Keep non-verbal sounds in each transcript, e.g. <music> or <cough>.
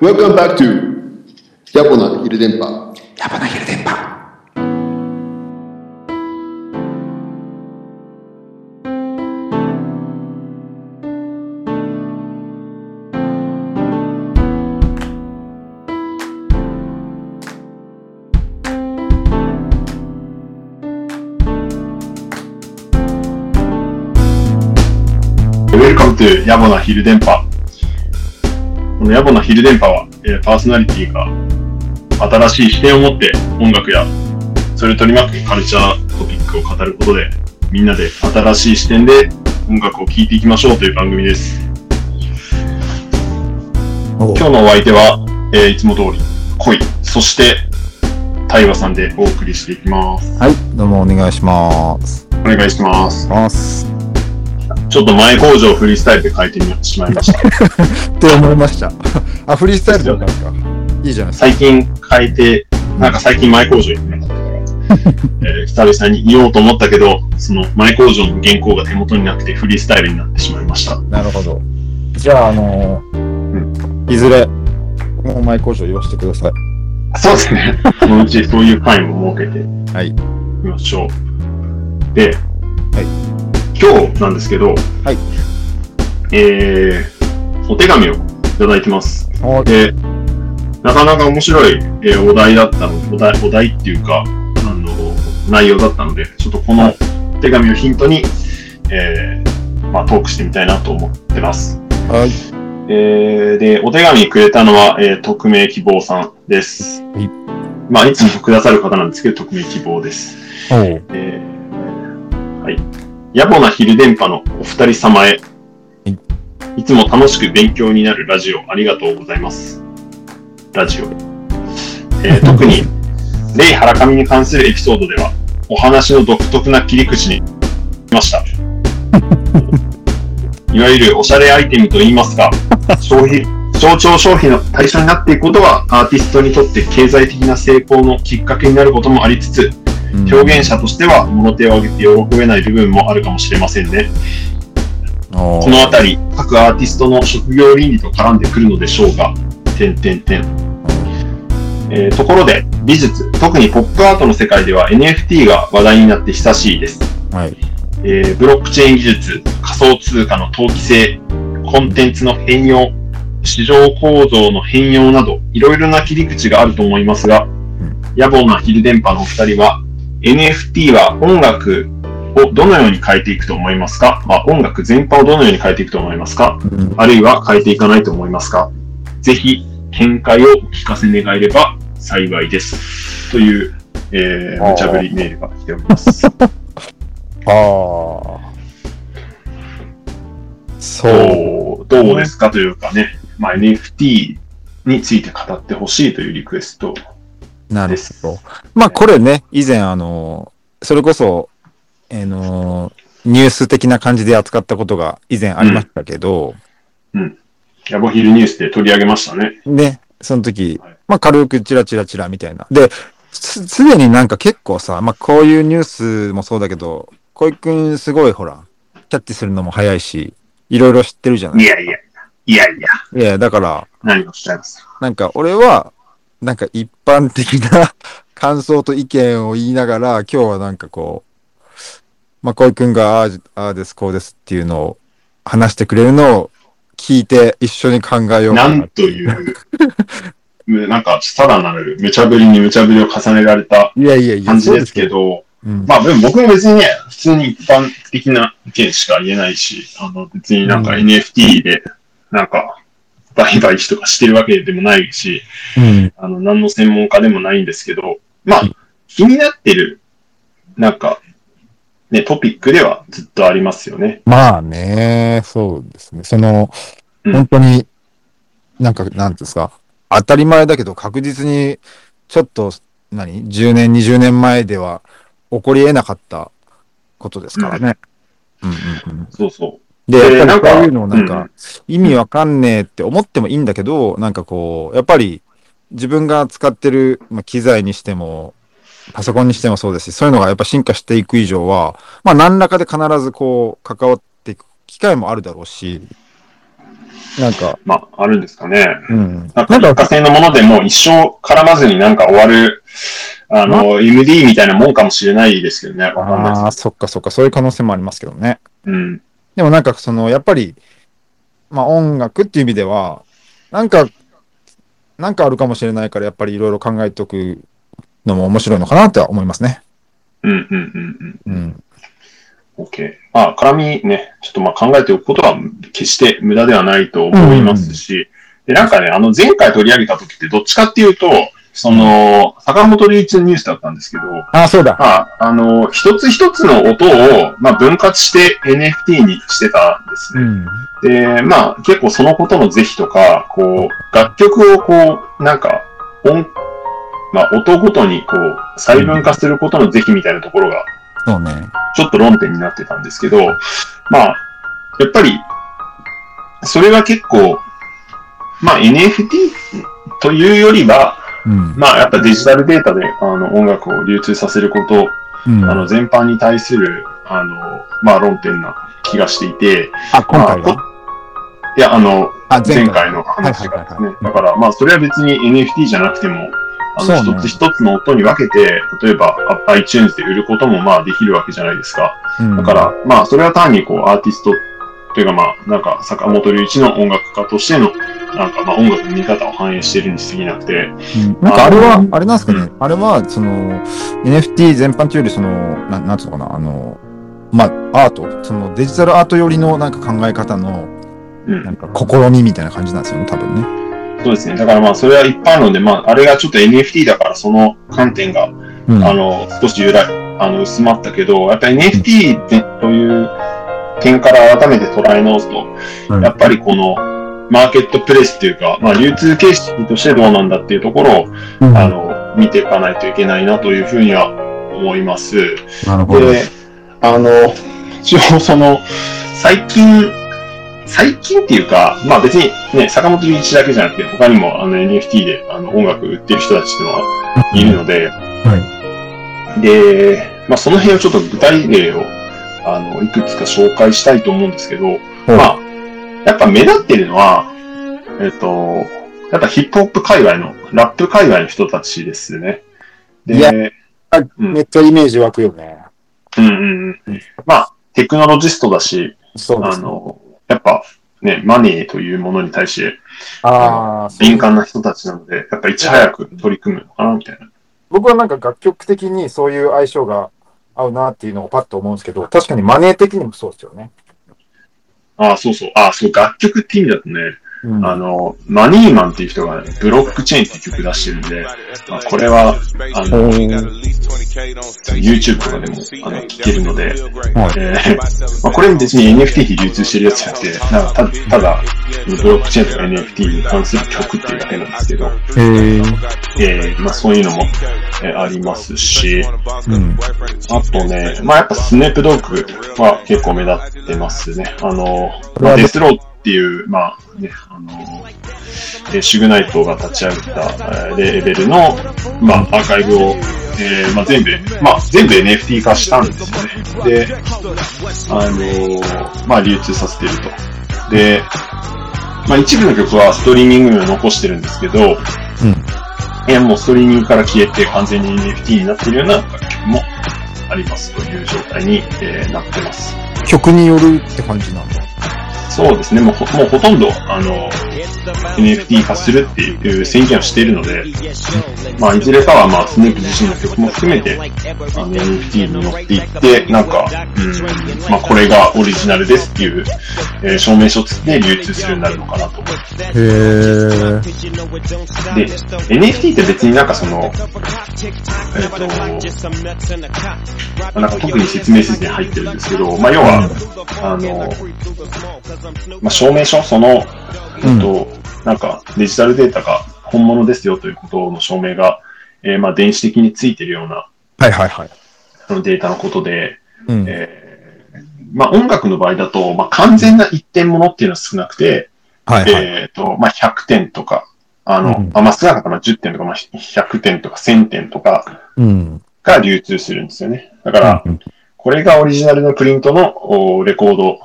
Welcome back to ジャポナ昼電波やばな昼電波ウェルカムという野暮な昼電波。この野暮な昼電波は、えーパーソナリティが新しい視点を持って音楽やそれを取り巻くカルチャートピックを語ることで、みんなで新しい視点で音楽を聴いていきましょうという番組です。おう今日のお相手は、えーいつも通り恋、そして対話さんでお送りしていきます。はいどうもお願いしますお願いします。ますちょっと前工場をフリースタイルで変えてしまいました。って思いました <laughs> あフリースタイルだったんですかいいじゃないですか最近変えて、なんか最近前工場行ってなかったから、えー久々に言おうと思ったけど、その前工場の原稿が手元になくてフリースタイルになってしまいました。なるほどじゃああのーいずれもう前工場言わせてくださいそうですね。そのうちそういう会も設けてはいみましょう。で、はい今日なんですけど、はいえーお手紙をいただいてます。おで、なかなか面白い、えーお題だったので、お題お題っていうか、あの、内容だったので、ちょっとこの手紙をヒントに、えーまあ、トークしてみたいなと思ってます。はいえーで、お手紙くれたのは、えー匿名希望さんです。いまあ、いつもくださる方なんですけど、匿名希望です。おうえーはい。野暮な昼電波のお二人様へい。いつも楽しく勉強になるラジオありがとうございます。ラジオ。えー特に、レイ・ハラカミに関するエピソードでは、お話の独特な切り口にいました。いわゆるおしゃれアイテムと言いますが、消費、象徴消費の対象になっていくことは、アーティストにとって経済的な成功のきっかけになることもありつつ、うん表現者としては物手を挙げて喜べない部分もあるかもしれませんね。おうこのあたり、各アーティストの職業倫理と絡んでくるのでしょうが、点点点。えーところで、美術、特にポップアートの世界では NFT が話題になって久しいです。はいえーブロックチェーン技術、仮想通貨の投機性、コンテンツの変容、市場構造の変容など、いろいろな切り口があると思いますが、野暮な昼電波のお二人は、NFT は音楽をどのように変えていくと思いますか、まあ、音楽全般をどのように変えていくと思いますかうんあるいは変えていかないと思いますかぜひ、見解をお聞かせ願えれば幸いです。という、えー、無茶ぶりメールが来ております。ああそうどうどうですかというかね、まあ、NFT について語ってほしいというリクエスト。なるほどまあこれね以前あのーそれこそあのーニュース的な感じで扱ったことが以前ありましたけど、ヤボヒルニュースで取り上げましたね。ね、その時はい、まあ軽くチラチラチラみたいな。で、す、すでになんか結構さ、まあこういうニュースもそうだけど、小井くんすごいほら、キャッチするのも早いし、いろいろ知ってるじゃないいやいや、いやいや、いや、だから、何をおっしゃいますか。なんか俺は、なんか一般的な <laughs> 感想と意見を言いながら、今日はなんかこう、まあ小井くんが、あーあーです、こうですっていうのを話してくれるのを聞いて一緒に考えようなかんという、 <laughs> なんか、ただなる無茶ぶりに無茶ぶりを重ねられたいやいやいや、感じですけそうど、すよ。うんまあでも僕も別にね、普通に一般的な意見しか言えないし、あの別になんかうん NFT でなんか売買とかしてるわけでもないし、うん。あの何の専門家でもないんですけど、まあ気になってるなんかね、トピックではずっとありますよね。まあね、そうですね。その、うん本当に、なんか、なんていうんですか、当たり前だけど確実に、ちょっと、何 ?10 年、20年前では起こり得なかったことですからね。うんうんうん、そうそう。で、えーやっぱなりこんかういうのをなんうかん、意味わかんねえって思ってもいいんだけど、なんかこう、やっぱり自分が使ってる、まあ、機材にしても、パソコンにしてもそうですし、そういうのがやっぱ進化していく以上は、まあ何らかで必ずこう、関わっていく機会もあるだろうし、なんか、まあ、あるんですかね。うん。なんか、一過性のものでもう一生絡まずになんか終わる、あの、MD みたいなもんかもしれないですけどね。わかんないですああ、そっかそっか、そういう可能性もありますけどね。うん。でもなんかその、やっぱり、まあ音楽っていう意味では、なんか、なんかあるかもしれないから、やっぱりいろいろ考えておくのも面白いのかなとは思いますね。うんうんうんうん。うん。 OK。まあ、絡みね、ちょっとまあ考えておくことは決して無駄ではないと思いますし、で、なんかね、あの前回取り上げた時ってどっちかっていうと、その、坂本龍一のニュースだったんですけど、まああ、そうだ。あ、あの、一つ一つの音を、まあ、分割して NFT にしてたんですうね。ん。で、まあ、結構そのことの是非とか、こう、楽曲をこう、なんか、音、まあ、音ごとにこう、細分化することの是非みたいなところがそうね。ちょっと論点になってたんですけど、まあ、やっぱり、それは結構、まあ NFT というよりは、うん。まあやっぱデジタルデータであの音楽を流通させること、うん、あの全般に対する、あの、まあ論点な気がしていて、あ、今回まあはこいや、あの、あ、前回の話がですはいはいはねい。だから、まあ、それは別に NFT じゃなくても、あの、そ一うねつ一つの音に分けて、例えば、あ iTunes で売ることも、まあ、できるわけじゃないですか。うんだから、まあ、それは単にこう、アーティストというか、まあ、なんか、坂本龍一の音楽家としての、なんか、まあ、音楽の見方を反映しているに過ぎなくて、うんなんかあれあは、のあれなんですかね、うあれは、その、NFT 全般というより、その、ななんつうのかな、あの、まあ、アート、そのデジタルアート寄りのなんか考え方の、う。なんんか試みみたいな感じなんですよね、多分ね。そうですね。だから、まあ、それは一般論で、まあ、あれがちょっと NFT だから、その観点が、うん。あの、少し由来、あの、薄まったけど、やっぱり NFT でという点から改めて捉え直すと、うんやっぱりこの、マーケットプレイスというか、まあ、流通形式としてどうなんだっていうところを、うんあの、見ていかないといけないなというふうには思います。なるほど。で、あの、一応その、最近、最近っていうか、まあ別にね、坂本龍一だけじゃなくて、他にもあの NFT であの音楽売ってる人たちっていうのはいるので、で、まあその辺をちょっと具体例を、あの、いくつか紹介したいと思うんですけど、まあ、やっぱ目立ってるのは、えっ、と、やっぱヒップホップ界隈の、ラップ界隈の人たちですね。いやで、うんっちゃイメージ湧くよね。うんうんうん。まあ、テクノロジストだし、そあ。の、やっぱ、ね、マネーというものに対してああ、敏感な人たちなので、やっぱいち早く取り組むのかな、みたいな。僕はなんか楽曲的にそういう相性が合うなっていうのをパッと思うんですけど、確かにマネー的にもそうですよね。ああ、そうそう。ああ、そう、楽曲って意味だとね、うんあの、マニーマンっていう人がね、ブロックチェーンっていう曲出してるんで、まあ、これは、あの、お YouTube とかでも、あの、聞けるので、はいえー <laughs> まあ、これ別に NFT 非流通してるやつじゃなくて、なんかたただ、ブロックチェーンとか NFT に関する曲っていうだけなんですけど、えーまあ、そういうのも、えーありますし、んああととねね、、ままあやっあ、やっぱぱススネネーーププドドッッググはは結結構構目目立立っっててまますすねね。。あの、まあデスローっていう、まあね、あの、えーシグナイトが立ち上げた、えーレーベルの、まあ、アーカイブを、えーまあ、全部、まあ、全部 NFT 化したんですよね。で、あのーまあ、流通させていると。で、まあ、一部の曲はストリーミングには残してるんですけど、えーもうストリーミングから消えて完全に NFT になっているような楽曲もありますという状態に、えーなってます。曲によるって感じなんだ。そうですね、もうほもうほとんど、あの、 NFT 化するっていう宣言をしているので、ままあ、あ、いいずずれれかかは、は、ままあ、あ、ススネネーープ自プ身の曲自身の曲も含も含めめてて、、ああのの NFT NFT にに乗乗っってていいって、って、ななんんかか、、うん、うん、ままあ、あ、ここれれががオオリリジジナナルルでですすっってていいうう、ええーー証証明明書書を付つきけてで流流通通すするるようにようなになるるのかなのかなとと。。でで、NFT っ NFT ってて別別ににななんんかかそそのの、えっ、なかと、なんんか特特にに説説明明説説に入に入っっててるるんでんですすけけどど、ままああ、要要はは、ああのの、ままあ、あ、証明証書、明書そそのの、、え Hum. っと、なんかデジタルデータが本物ですよということの証明が、えーまあ、電子的についてるようなはいはいはい。あのデータのことで、うん。えーまあ、音楽の場合だと、まあ、完全な一点ものっていうのは少なくて、はいはい。えっ、と、まあ、100点とか、あの、うんあまあ、少なかったらまあ10点とか、まあ、100点とか1000点とかうん。が流通するんですよね。だから、うんこれがオリジナルのプリントのおレコード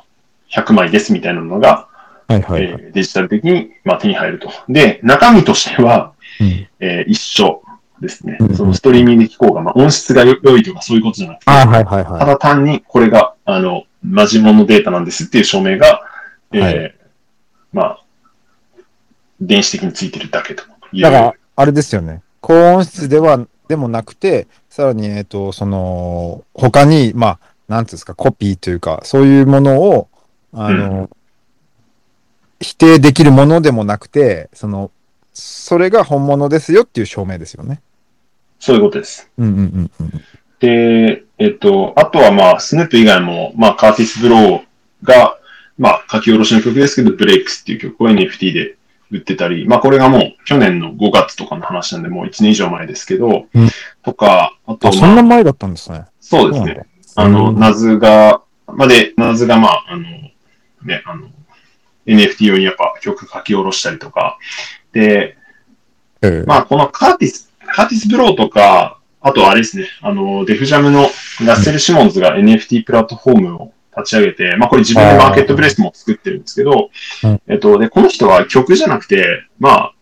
100枚ですみたいなのが、はいはいえはい。ーデジタル的に、まあ、手に入ると。で、中身としては、うんえー一緒ですねうん。そのストリーミング機構が、まあ、音質が良良いとかそういうことじゃなくて、あはいはいたはだ単にこれが、あの、マジモンのデータなんですっていう証明が、えーはまあ、電子的についてるだけといい。う。だから、あれですよね。高音質では、でもなくて、さらに、えっ、と、その、他に、まあ、なんていうんですか、コピーというか、そういうものを、あの、否定できるものでもなくて、その、それが本物ですよっていう証明ですよね。そういうことです。うんうんうんうん。で、えっと、あとはまあ、スヌープ以外も、まあ、カーティス・ブローが、まあ、書き下ろしの曲ですけど、ブレイクスっていう曲を NFT で売ってたり、まあ、これがもう去年の5月とかの話なんで、もう1年以上前ですけど、うんとか、あと、あ、そんまなあ、前だったんですね。そうですなんね。だ。あの、うんナズが、まあで、ナズが、まあ、あの、ね、あの、NFT 用にやっぱ曲書き下ろしたりとか、で、ええまあ、このカーティス、カーティス・ブローとか、あとあれですね、あの、デフジャムのラッセル・シモンズが NFT プラットフォームを立ち上げて、まあ、これ自分でマーケットプレイスも作ってるんですけどうん、えっと、で、この人は曲じゃなくて、まあ、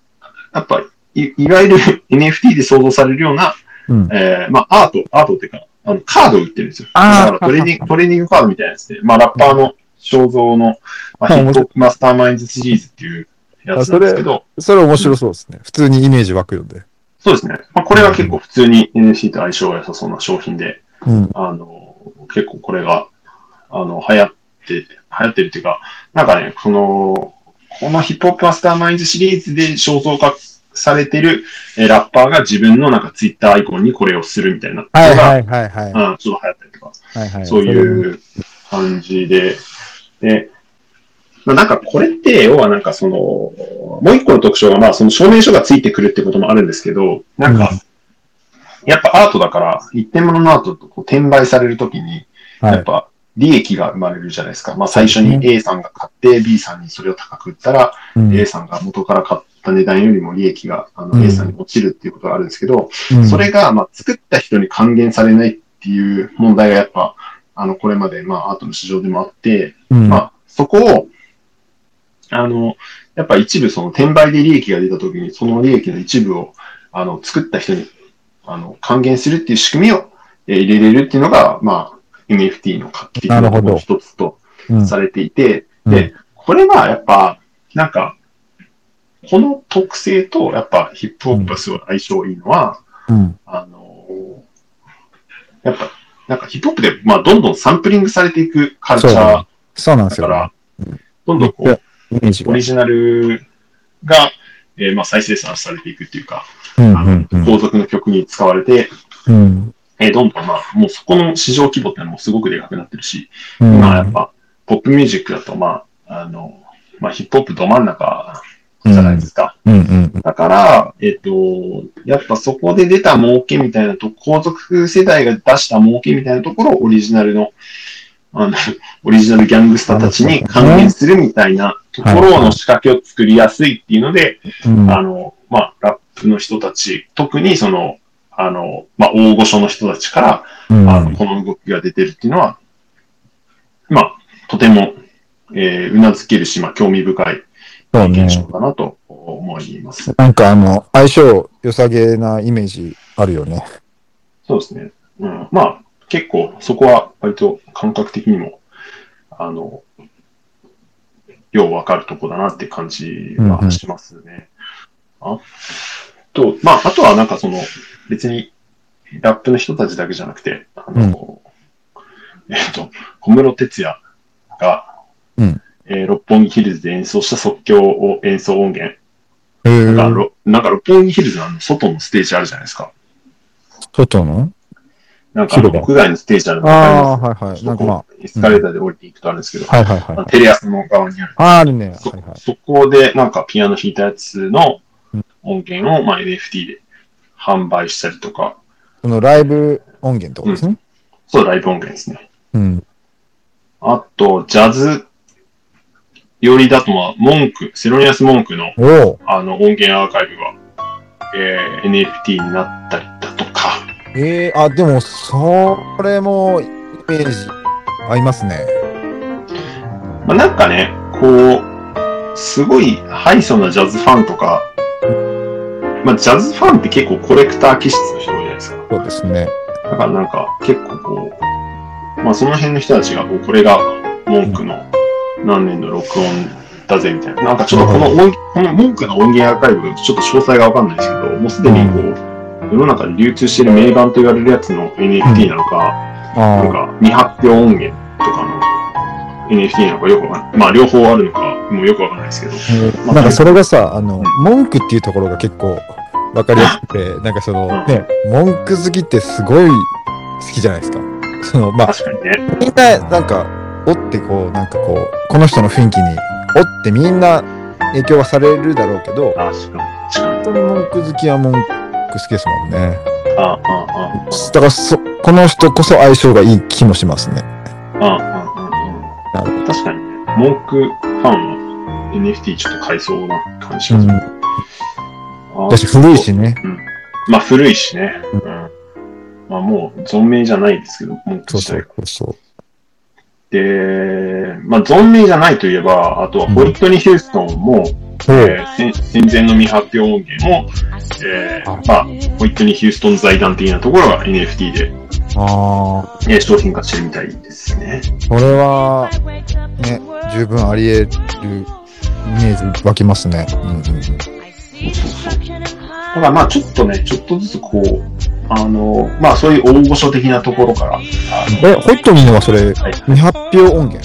やっぱ、いいわゆる <laughs> NFT で想像されるような、うん。えー、まあ、アート、アートっていうか、あの、カードを売ってるんですよ。あーだからトレーディング、トレーディングカードみたいなやつで、まあ、ラッパーの肖像の、まあ、はいヒップホップマスターマインズシリーズっていうやつなんですけど、それ面白そうですね。普通にイメージ湧くよね。そうですね。まあ、これが結構普通に NFT と相性が良さそうな商品で、うん。あの、結構これが、あの、流行って、流行ってるっていうか、なんかね、その、このヒップホップマスターマインズシリーズで肖像化されてるえーラッパーが自分のなんかツイッターアイコンにこれをするみたいなのが、はいはいはいはい。うんちょっと流行ったりとかはいはい、そういう感じで、で、まあ、なんかこれって、要はなんかその、もう一個の特徴が、まあその証明書がついてくるってこともあるんですけど、なんか、やっぱアートだから、一点物のアートとこう転売されるときに、はやっい。ぱ利益が生まれるじゃないですか。まあ最初そうにで A さんが買って B さんにそれを高く売ったら、うん A さんが元から買った値段よりも利益があうんの A さんに落ちるっていうことがあるんですけど、うんそれが、まあ、作った人に還元されないっていう問題がやっぱ、あの、これまで、まあ、アートの市場でもあって、うんまあ、そこを、あの、やっぱ一部、その転売で利益が出た時に、その利益の一部を、あの、作った人に、あの、還元するっていう仕組みを、えー入れれるっていうのが、まあ、NFT の画期的なところの一つとうんされていて、うんで、これはやっぱ、なんか、この特性と、やっぱヒップホップがすごい相性いいのは、うんあのやっぱ、なんかヒップホップで、まあ、どんどんサンプリングされていくカルチそうャそうなんーだですかよ、ら、どんどめっんちこうゃ、イメージがオリジナルが、えーまあ、再生産されていくっていうか、うんあの後続の曲に使われて、うんえーどんどん、まあ、もうそこの市場規模ってのもすごくでかくなってるし、うん今やっぱ、ポップミュージックだと、まあ、あの、まあ、ヒップホップど真ん中じゃないですか。うんうんだから、えっ、と、やっぱそこで出た儲けみたいなと、皇族世代が出した儲けみたいなところをオリジナルの、あの、 <laughs> オリジナルギャングスターたちに還元するみたいなところの仕掛けを作りやすいっていうので、うんあの、まあ、ラップの人たち、特にその、あの、まあ、大御所の人たちから、うんあの、この動きが出てるっていうのは、まあ、とても、えー、うなずけるし、まあ、興味深いそうね現象だなと思います。なんかあの相性良さげなイメージあるよねそうですね。うん、まあ、結構、そこは割と感覚的にも、あの、ようわかるとこだなって感じはしますね。あと、まあ、あとはなんかその、別に、ラップの人たちだけじゃなくて、あの、えっと、小室哲也が、うんえー六本木ヒルズで演奏した即興を演奏音源へが、えろなんか六本木ヒルズのあの外のステージあるじゃないですか。外のなんか、広場屋外のステージあるのあ分かりますあはいはいなんかまあエスカレーターで降りていくとあるんですけど、はいはいはいあのテレ朝の側にある。あああるねそはいはいそこでなんかピアノ弾いたやつのうん音源をまあ NFT で販売したりとか、そのライブ音源ってことですねそうライブ音源ですね。うんあと、ジャズよりだとは、モンク、セロニアス・モンクのおおあの音源アーカイブが、えー NFT になったりだとか、ええあでもそれもイメージ合いますねまあ、なんかね、こう、すごいハイソなジャズファンとか、まあ、ジャズファンって結構コレクター気質の人多いじゃないですか。そうですね。だからなんか結構こう、まあその辺の人たちがこう、これが文句の何年の録音だぜみたいな。なんかちょっとこの音、この文句の音源アーカイブがちょっと詳細がわかんないですけど、もうすでにこう、世の中で流通している名盤と言われるやつの NFT なのか、なんあか未発表音源とかの NFT なのかよくわかんない。まあ両方あるのか、もうよくわかんないですけど。あ。なんかそれがさ、あの、文句っていうところが結構わかりやすくて、なんかそのね、文句好きってすごい好きじゃないですか。その、まあ、確かにね。みんな、なんか、追ってこう、なんかこう、この人の雰囲気に、追ってみんな影響はされるだろうけど、確かに。確かに。本当に文句好きは文句好きですもんね。ああ、ああ、だからそ、この人こそ相性がいい気もしますね。ああ、ああ、ああ。確かにね。文句ファンは NFT ちょっと買いそうな感じがする。ああだし、古いしね。まあ古いしね。ううんん。まあもう存命じゃないですけど、文句そう自そ体うが。そうそう。で、まあ存命じゃないといえば、あとはホイットニー・ヒューストンも、えー戦戦前の未発表音源を、えーまあ、ホイットニー・ヒューストン財団的なところが NFT で、ああ、えー商品化してるみたいですね。それは、ね、十分あり得るイメージ湧きますね。うんうんだからまあちょっとね、ちょっとずつこう、あの、まあそういう大御所的なところから、あのえ、ホットにいるのはそれ、はい未発表音源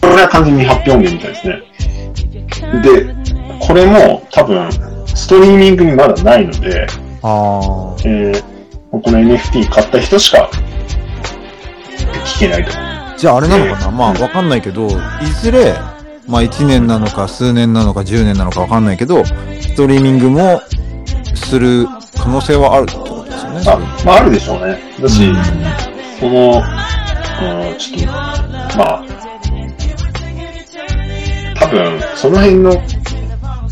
これは完全に未発表音源みたいですね。で、これも多分、ストリーミングにまだないので、あえーこの NFT 買った人しか聞けないと。あ。じゃああれなのかなまあわかんないけど、いずれ、まあ1年なのか数年なのか10年なのかわかんないけど、ストリーミングもする可能性はあるってことですよね。あまあ、あるでしょうね。だし、うんその、うん、ちょっと、まあ、多分、その辺の、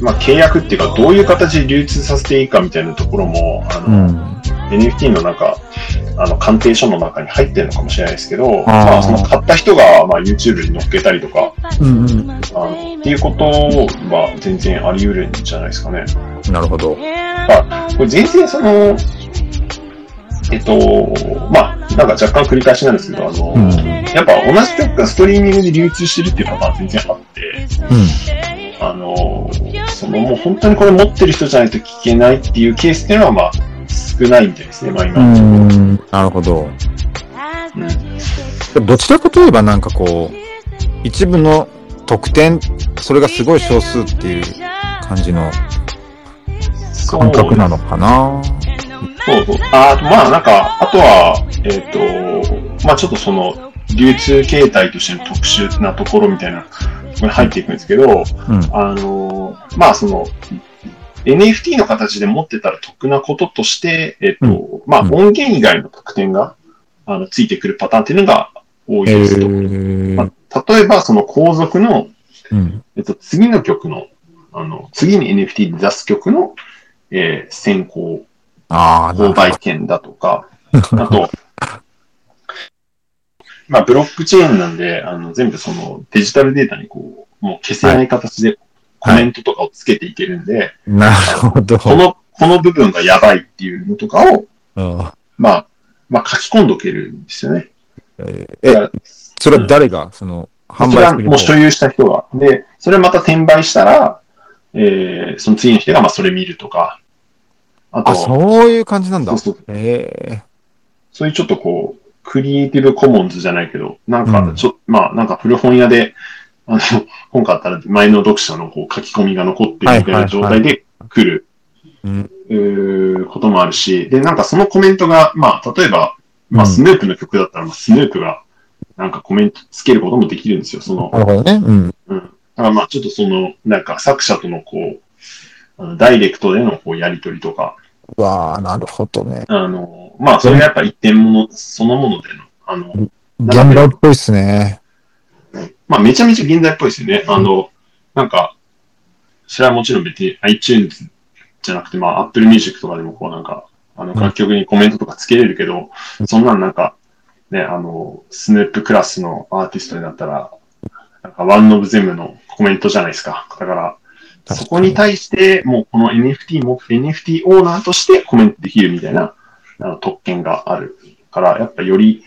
まあ、契約っていうか、どういう形で流通させていいかみたいなところも、あうのん。 NFT の中、あの、鑑定書の中に入ってるのかもしれないですけど、あーまあ、その買った人が、まあ、YouTube に載っけたりとか、うんうん。あのっていうことは全然あり得るんじゃないですかね。なるほど。まあ、これ全然その、えっと、まあ、なんか若干繰り返しなんですけど、あの、うんやっぱ同じ曲がストリーミングで流通してるっていうパターン全然あって、うあの、そのもう本当にこれ持ってる人じゃないと聞けないっていうケースっていうのは、まあ、少ないみたいですね、まあ今。ん。うん。なるほど。どちらかといえばなんかこう、一部の特典、それがすごい少数っていう感じのそう感覚なのかな。そうそう。あと、まあなんか、あとは、えっ、と、まあちょっとその、流通形態としての特殊なところみたいな、ここに入っていくんですけど、うん。あのーまあその、NFT の形で持ってたら得なこととして、えっと、まあうん音源以外の特典が、あの、ついてくるパターンっていうのが多いですと。まあ、例えば、その後続の、うん。えっと、次の曲の、あの、次に NFT で出す曲の、えー先行、ああ、なる購買権だとか、あと、まあ、ブロックチェーンなんで、あの、全部そのデジタルデータにこう、もう消せない形でコメントとかをつけていけるんで、なるほど。この、この部分がやばいっていうのとかを、うんまあ、まあ書き込んどけるんですよね。えだから、それは誰が、その、販それは売もうす所る有した人が。で、それをまた転売したら、えー、その次の人がまあそれ見るとか、あと、あ、そういう感じなんだそう。そうええ。そういうちょっとこう、クリエイティブコモンズじゃないけど、なんかちょ、まあなんか古本屋で、あの、 <laughs> 本買ったら前の読者のこう書き込みが残ってるみたいはいはいはない状態で来る、うんうーこともあるし、で、なんかそのコメントが、まあ例えば、まあうんスヌープの曲だったら、まあスヌープがなんかコメントつけることもできるんですよ、そのな、るほどね。うん。うん。だからまあちょっとその、なんか作者とのこう、あのダイレクトでのこうやりとりとか、うわあ、なるほどね。あの、まあそれがやっぱ一点もの、そのものでの、あの、現代っぽいっすね。まあ、めちゃめちゃ現代っぽいですよね。あの、なんか、それはもちろん別に iTunes じゃなくて、まあ、Apple Music とかでもこうなんか、あの、うん楽曲にコメントとかつけれるけど、そんなんなんか、ね、あの、スヌープクラスのアーティストになったら、なんかワンオブゼムのコメントじゃないですか。だから、そこに対して、もうこの NFT も NFT オーナーとしてコメントできるみたいなあの特権があるから、やっぱより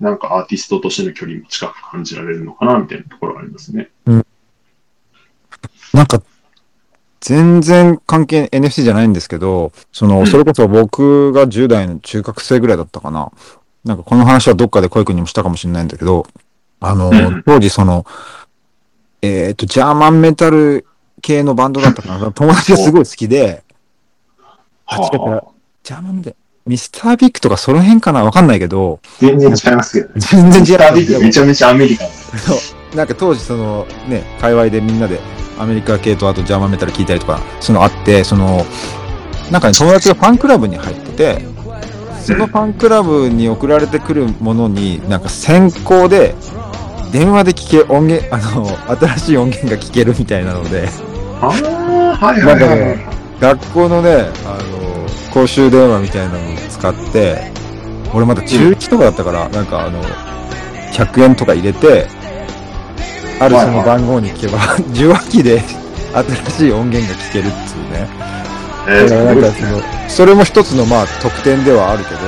なんかアーティストとしての距離も近く感じられるのかなみたいなところがありますね。なんか、全然関係、NFC じゃないんですけど、その、うんそれこそ僕が10代の中学生ぐらいだったかな。なんかこの話はどっかで小池にもしたかもしれないんだけど、あの、うん当時その、えっ、と、ジャーマンメタル系のバンドだった <laughs> かな。友達がすごい好きで、あ違うからはあ、ジャーマンメタル、ミスタービッグとかその辺かなわかんないけど、全然違いますけどね。全然違ダビッドうめちゃめちゃアメリカン。なんか当時そのね、界隈でみんなでアメリカ系とあとジャーマンメタル聞いたりとか、そういうのあって、その、なんかね、友達がファンクラブに入ってて、そのファンクラブに送られてくるものに、なんか先行で、電話で聞け、音源、あの、新しい音源が聞けるみたいなので、ああ、はいはいはいはい。学校のね、あの、公衆電話みたいなのを使って、俺まだ中期とかだったから、なんかあの、100円とか入れて、あるその番号に聞けば、 <laughs> 受話器で新しい音源が聞けるっていうね。えーだからすなんごいでかすそねの、それも一つのまあ特典ではあるけど、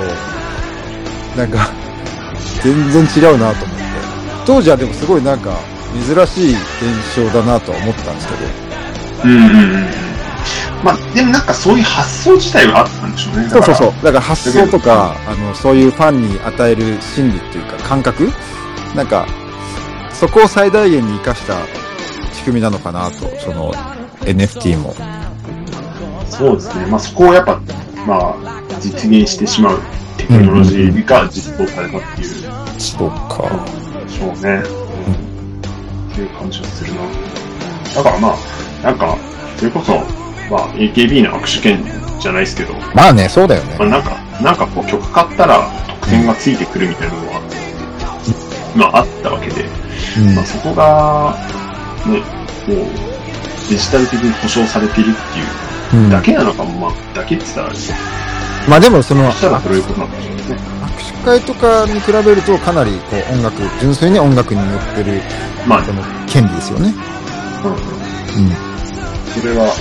なんか、全然違うなと思って。当時はでもすごいなんか、珍しい現象だなとは思ったんですけど、うんうんうんうん。まあ、でもなんかそういう発想自体はあったんでしょうね。そうそうそうう。。だから発想とか、あの、そういうファンに与える心理っていうか感覚なんか、そこを最大限に活かした仕組みなのかなと、その NFT も。そうですね。まあそこをやっぱ、まあ、実現してしまうテクノロジーが実装されたっていう、そうか。でしょうね。っていう感じがするな。だからまあ、なんか、それこそ、まあ、AKB の握手券じゃないですけど、まあね、そうだよねまあ、。なんか、なんかこう曲買ったら特典がついてくるみたいなのは、まああったわけで、うんまあ、そこが、ね、もう、デジタル的に保証されているっていううんだけなのかも、まあ、だけって言ったらあれですけど、まあでもその、そしたらあそういうことなんでしょうね。握手会とかに比べるとかなりこう音楽、純粋に音楽に寄ってるまあ、この権利ですよね。うんうん、うん。だそれは、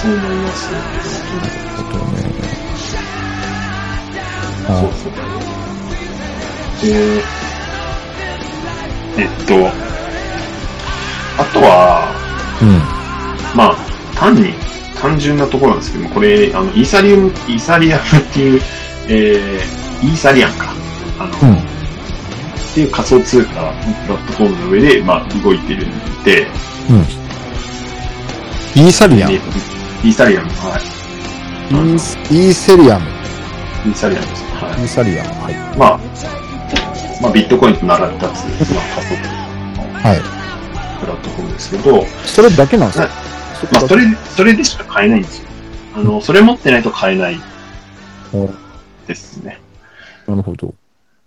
そう思いますね。とね。そあうそう。で、えっと、あとは、うん。まあ、単に、単純なところなんですけども、これ、あの、イーサリウム、イーサリアムっていう、えー、イーサリアンか。あの、うんっていう仮想通貨のプラットフォームの上で、まあ、動いてるんで、イーサリアム。ねイイーサリアム、はい。ースイーセリアム。イーサリアムです。はイーサリアム。はい。い。まあ、まあ、ビットコインと並び立つ、まあ、仮想通はい。貨のプラットフォームですけど、それだけなんですかはまあ、それ、それでしか買えないんですよ。あの、それ持ってないと買えないおですね。なるほど。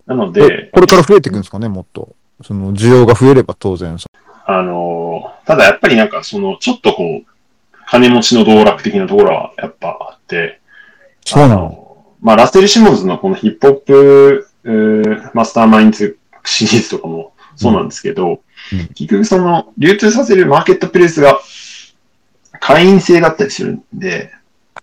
なのえで、これから増えていくんですかね、もっと。その、需要が増えれば当然。あのーただやっぱりなんかその、ちょっとこう、金持ちの道楽的なところはやっぱあって、そうなあのまあ、ラステル・シモンズのこのヒップホップうーマスターマインズシリーズとかもそうなんですけど、うんうん結局その、流通させるマーケットプレイスが会員制だったりするんで、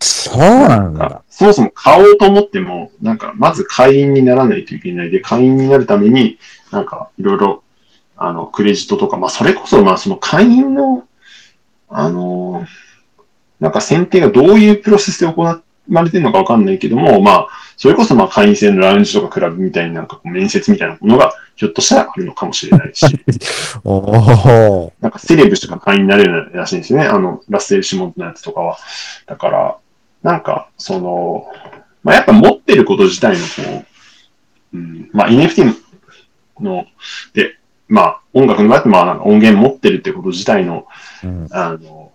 そうなんあ。そもそも買おうと思っても、なんか、まず会員にならないといけないで、会員になるために、なんか、いろいろ、あの、クレジットとか、まあ、それこそ、まあ、その会員の、あのーなんか選定がどういうプロセスで行われてるのかわかんないけども、まあ、それこそ、まあ、会員制のラウンジとかクラブみたいになんかこう、面接みたいなものが、ひょっとしたらあるのかもしれないし、おお。なんかセレブしか会員になれるらしいんですよね。あの、ラッセル・シモンズのやつとかは。だから、なんか、その、まあ、やっぱ持ってること自体のこう、うん、まあ NFT の、で、まあ音楽の場合ってまあなんか音源持ってるってこと自体の、うんあの、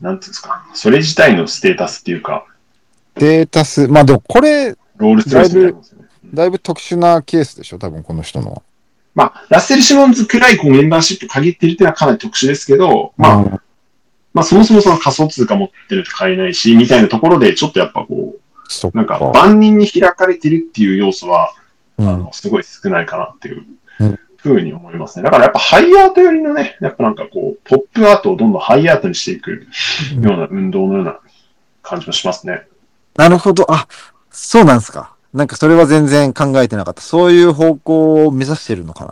なんていうんですか、それ自体のステータスっていうか、データ数。まあでもこれ、ロールスロイスみたいなもんですよね。だいぶ特殊なケースでしょ多分この人のは。まあ、ラッセル・シモンズくらいこうメンバーシップ限ってるっていうのはかなり特殊ですけど、まあ、あ。まあそもそもその仮想通貨持ってると買えないし、みたいなところでちょっとやっぱこそっう、なんかか。万人に開かれてるっていう要素は、うあんのすごい少ないかなっていううんふうに思いますね。だからやっぱハイアート寄りのね、やっぱなんかこう、ポップアートをどんどんハイアートにしていくような運動のような感じもしますね。なるほど。あ、そうなんですか。なんかそれは全然考えてなかった。そういう方向を目指してるのか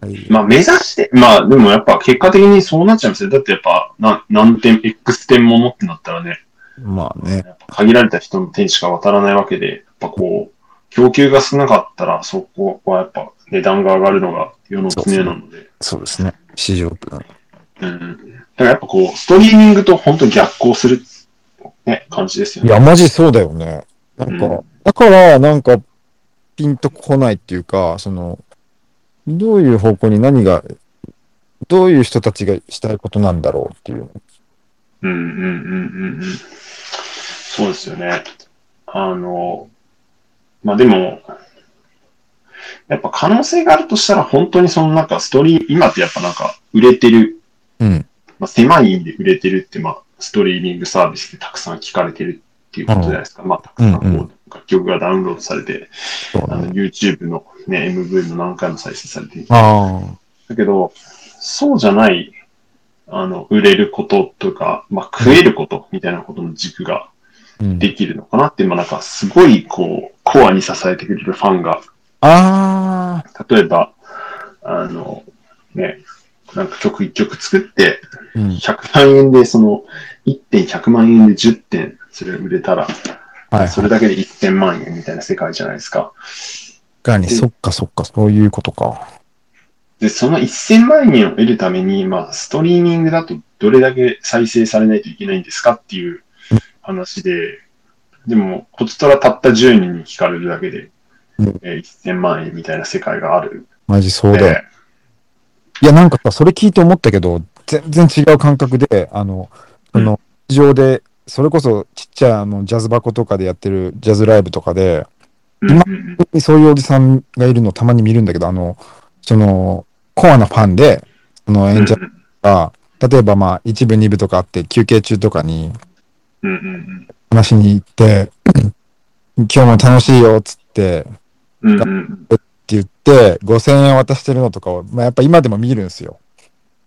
な。はい。まあ目指して、まあでもやっぱ結果的にそうなっちゃいますよ。だってやっぱ、な何点、X 点ものってなったらね、まあね。やっぱ限られた人の手にしか渡らないわけで、やっぱこう、供給が少なかったら、そこはやっぱ値段が上がるのが世の常なので。そうですね。市場ってなうん。だからやっぱこう、ストリーミングと本当に逆行する、ね、感じですよいね。や、マジそうだよね。なんか、うんだから、なんか、ピンとこないっていうか、その、どういう方向に何が、どういう人たちがしたいことなんだろうっていう。うんうんうんうんうん。そうですよね。あの、まあでも、やっぱ可能性があるとしたら、本当にそのなんかストリー、今ってやっぱなんか売れてるうん。まあ、狭い意味で売れてるって、まあ、ストリーミングサービスでたくさん聞かれてるっていうことじゃないですか。まあ、たくさんこうんうう楽曲がダウンロードされて、そうあのね。 YouTube の、ね、MV も何回も再生されている。あだけど、そうじゃない、あの、売れることとか、まあ、食えることみたいなことの軸があ。うん、できるのかなって、まあ、なんかすごい、こう、コアに支えてくれるファンがああ。例えば、あの、ね、なんか曲一曲作って、うん100万円で、その、1.100万円で10点、それ売れたら、はい。それだけで1000万円みたいな世界じゃないですか。かに、そっかそっか、そういうことか。で、その1000万円を得るために、まあ、ストリーミングだとどれだけ再生されないといけないんですかっていう話で、でも、こちとらたった10人に聞かれるだけで、うんえー1000万円みたいな世界がある。マジそうだよ。でいや、なんかさ、それ聞いて思ったけど、全然違う感覚で、あの、その、地上で、それこそちっちゃいあのジャズ箱とかでやってるジャズライブとかで、うんうんそういうおじさんがいるのたまに見るんだけど、あの、その、コアなファンで、そのうん演者が、例えばまあ、一部、二部とかあって、休憩中とかにうんうん話しに行って、 <clears throat> 今日も楽しいよ、つって、うんうんうんって言って、5000円渡してるのとかを、まあ、やっぱ今でも見るんですよ。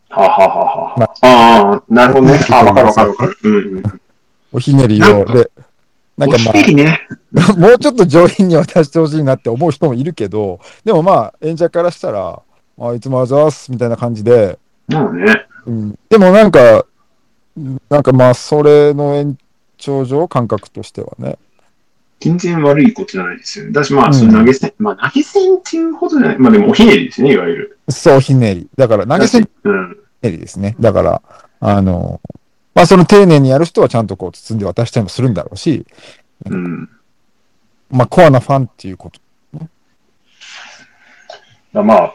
はあ、はあはあはあ、ああ、なるほどね。ああ、わかるわかるわかる。うんうん。おひねりを、で、なんかまおひねりね。あ、 <laughs> もうちょっと上品に渡してほしいなって思う人もいるけど、でもまあ、演者からしたら、あいつもあざーす、みたいな感じで、もうね。うん、でもなんか、なんかまあ、それの延長上、感覚としてはね。全然悪いことじゃないですよね。だし、まうんあ、その投げ銭、まあ、投げ銭っていうほどじゃない。まあ、でも、おひねりですね、いわゆる。そう、ひねり。だから、投げ銭ひうん。ねりですね。だから、あの、まあ、その丁寧にやる人はちゃんとこう、包んで渡したりもするんだろうし、うん。だかまあ、コアなファンっていうこと。らまあ、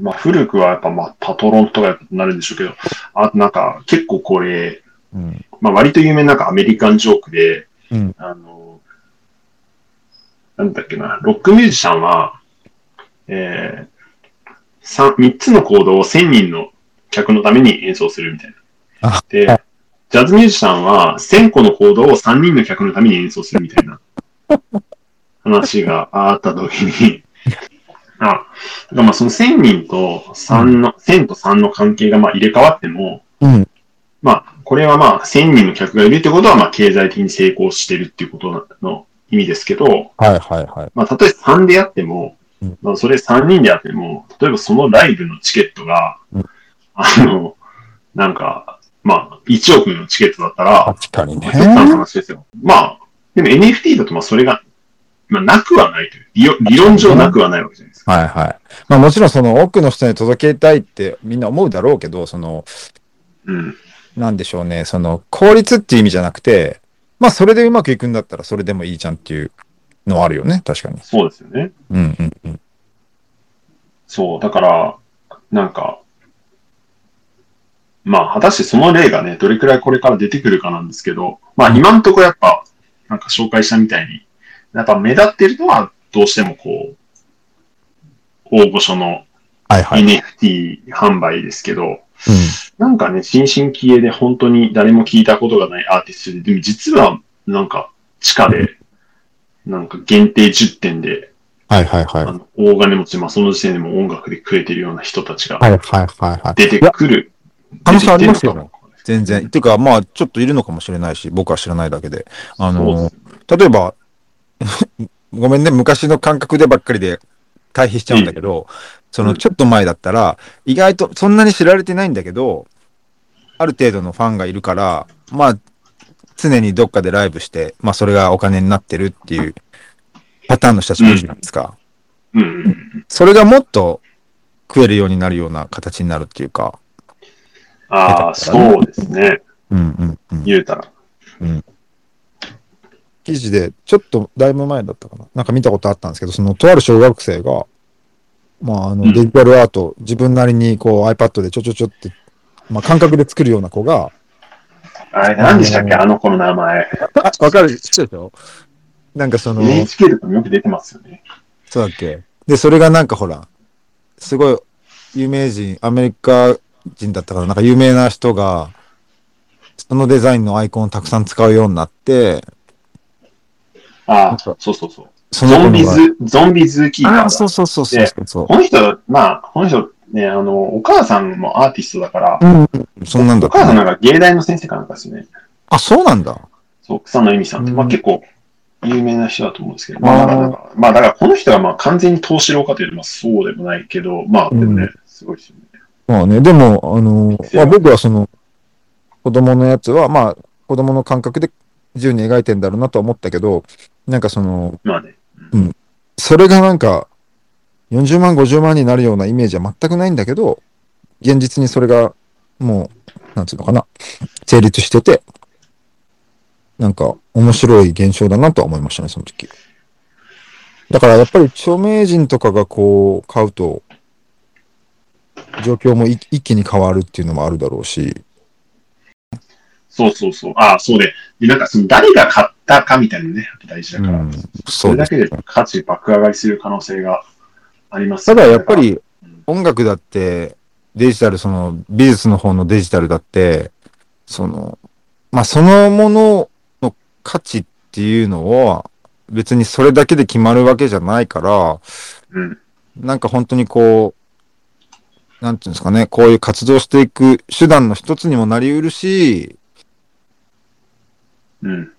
まあ、古くはやっぱ、まあ、パトロンとかになるんでしょうけど、あとなんか、結構これ、うん。まあ、割と有名ななんかアメリカンジョークで、うんあの、なんだっけな、ロックミュージシャンは、えー、三、三つのコードを千人の客のために演奏するみたいなあ。で、ジャズミュージシャンは千個のコードを三人の客のために演奏するみたい <laughs> な話があった時に、あ、だからまあその千人と三の、千と三の関係がまあ入れ替わっても、うん。まあ、これはまあ、1000人の客がいるってことは、まあ、経済的に成功してるっていうことの意味ですけど、はいはいはい。まあ、たとえ3であってもうん、まあ、それ3人であっても、例えばそのライブのチケットがうん、あの、なんか、まあ、1億のチケットだったら、確かにまねあ。一つの話ですよ。まあ、でも NFT だとまあ、それが、まあ、なくはないという理論、理論上なくはないわけじゃないですか。はいはい。まあもちろんその多くの人に届けたいってみんな思うだろうけど、その、うん。なんでしょうね、その効率っていう意味じゃなくて、まあそれでうまくいくんだったらそれでもいいじゃんっていうのはあるよね、確かに。そうですよね。うんうんうん。そう、だから、なんか、まあ、果たしてその例がね、どれくらいこれから出てくるかなんですけど、まあ、今のところやっぱ、なんか紹介したみたいに、やっぱ目立ってるのは、どうしてもこう、大御所のはいはい。うん、 NFT 販売ですけど、なんかね、新進気鋭で本当に誰も聞いたことがないアーティストで、でも実はなんか地下で、なんか限定10点ではいはいはい。あはいの大金持ち、まあ、その時点でもう音楽で食えてるような人たちがはいはいはい。出てくる。可能性あり出てきてるのかますよね。全然。ていうか、まあ、ちょっといるのかもしれないし、僕は知らないだけで。あそうの、例えば、 <laughs> ごめんね、昔の感覚でばっかりで対比しちゃうんだけど、そうの、んちょっと前だったら、意外とそんなに知られてないんだけど、ある程度のファンがいるから、まあ、常にどっかでライブして、まあ、それがお金になってるっていうパターンの人たちもいるじゃないですか。うんうん。それがもっと食えるようになるような形になるっていうか、ああ、そうですね。うんうんうん。言うたら。記事で、ちょっとだいぶ前だったかな。なんか見たことあったんですけど、そのとある小学生が、まあ、あうのんデジタルアート、自分なりにこう iPad でちょちょちょって、まあ、感覚で作るような子が、あれ、何でしたっけあの子の名前。あ <laughs> わかる、知ってるでしょなんかその、 NHK とかもよく出てますよね。そうだっけで、それがなんかほら、すごい有名人、アメリカ人だったから、なんか有名な人が、そのデザインのアイコンをたくさん使うようになって、あなんあ、かそうそうそう。そのゾ子ンビの場合ズ、ゾンビズキーパーだあ、そうそうそうそうそうそこの人、まあ、この人、ね、あの、お母さんもアーティストだから、う。そんなんだおった母ねさんなんか芸大の先生かなんかですよね。あ、そうなんだ。そう、草野由美さんって、うんまあ結構有名な人だと思うんですけど、ーまあだからなんか、まあだからこの人がまあ完全に投資郎かというと、まあそうでもないけど、まあでもね、うすごいですよね。まあね、でも、あの、せやまあ、僕はその、子供のやつは、まあ、子供の感覚で自由に描いてんだろうなとは思ったけど、なんかその、まあね。それがなんか、40万、50万になるようなイメージは全くないんだけど、現実にそれが、もう、なんつうのかな、成立してて、なんか、面白い現象だなとは思いましたね、その時。だからやっぱり著名人とかがこう、買うと、状況もい一気に変わるっていうのもあるだろうし、そうそうそう。ああ、そうで。で、なんかその誰が買ったかみたいなのね、大事だから、うんそそれうでだすけで価値爆上がりする可能性がありますたよね、だやっぱり音楽だってデジタル、その美術の方のデジタルだって、その、まあそのものの価値っていうのは別にそれだけで決まるわけじゃないから、うんなんか本当にこう、なんていうんですかね、こういう活動していく手段の一つにもなりうるし、うん。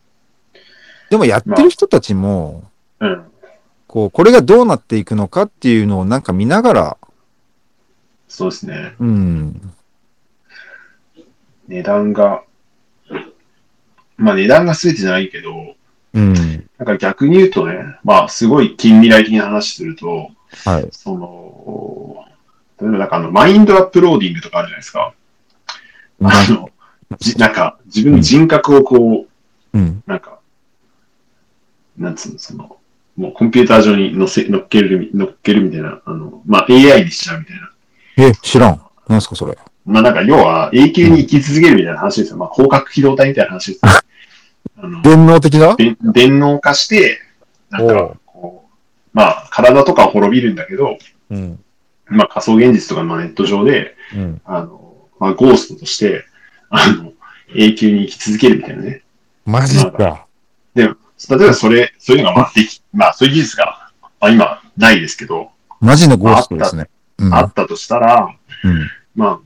でもやってる人たちも、うん。こう、これがどうなっていくのかっていうのをなんか見ながら、そうですね。うん。値段が、まあ値段が全てじゃないけど、うん。なんか逆に言うとね、まあすごい近未来的な話すると、はい。その、例えばなんかあの、マインドアップローディングとかあるじゃないですか。あの、じなんか自分の人格をこうん。う、なんか、なんつうの、その、もうコンピューター上に乗せ、乗っけるみ、乗っけるみたいな、あの、まあ AI にしちゃうみたいな。え、知らん。なんすかそれ。まあなんか要は永久に生き続けるみたいな話ですよ。まあ広角機動体みたいな話ですよ。あの電脳的なで電脳化して、なんおかうこう、まあ体とかは滅びるんだけど、うん。まあ仮想現実とかまあネット上で、うん。あの、まあゴーストとして、あの、永久に生き続けるみたいなね。マジか。で、例えばそれ、そういうのがまあでき、まあそういう技術が、まあ今ないですけど、マジのゴーストですね。うん。あったとしたら、うん。ま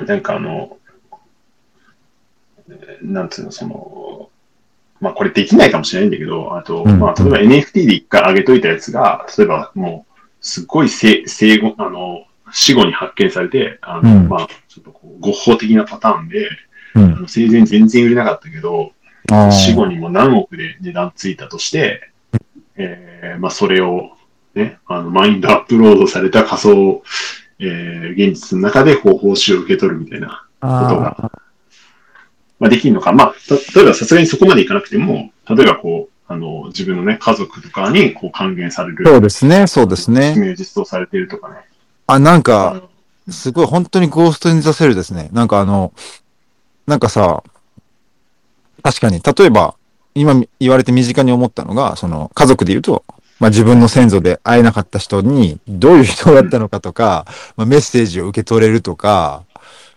あ、なんかあの、えーなんつうの、その、まあこれできないかもしれないんだけど、あと、うんまあ例えば NFT で一回上げといたやつが、例えばもう、すごい生生後、あの、死後に発見されて、あの、うんまあ、ちょっとこう、合法的なパターンで、うあん。の生前全然売れなかったけど、あ死後ーにも何億で値段ついたとして、えーまあ、それを、ね、あのマインドアップロードされた仮想、えー現実の中でこう報酬を受け取るみたいなことあが、まあ、できるのか、まあ、た例えばさすがにそこまでいかなくても、例えばこうあの自分の、ね、家族とかにこう還元されー。そる、うですね。そうです仕ね。組みを実装されてるとかね。あ、なんあか、のすごい本当にゴーストに出せるですね。なんかあの、なんかさ、確かに、例えば、今言われて身近に思ったのが、その家族で言うと、まあ自分の先祖で会えなかった人に、どういう人だったのかとか、まあメッセージを受け取れるとか、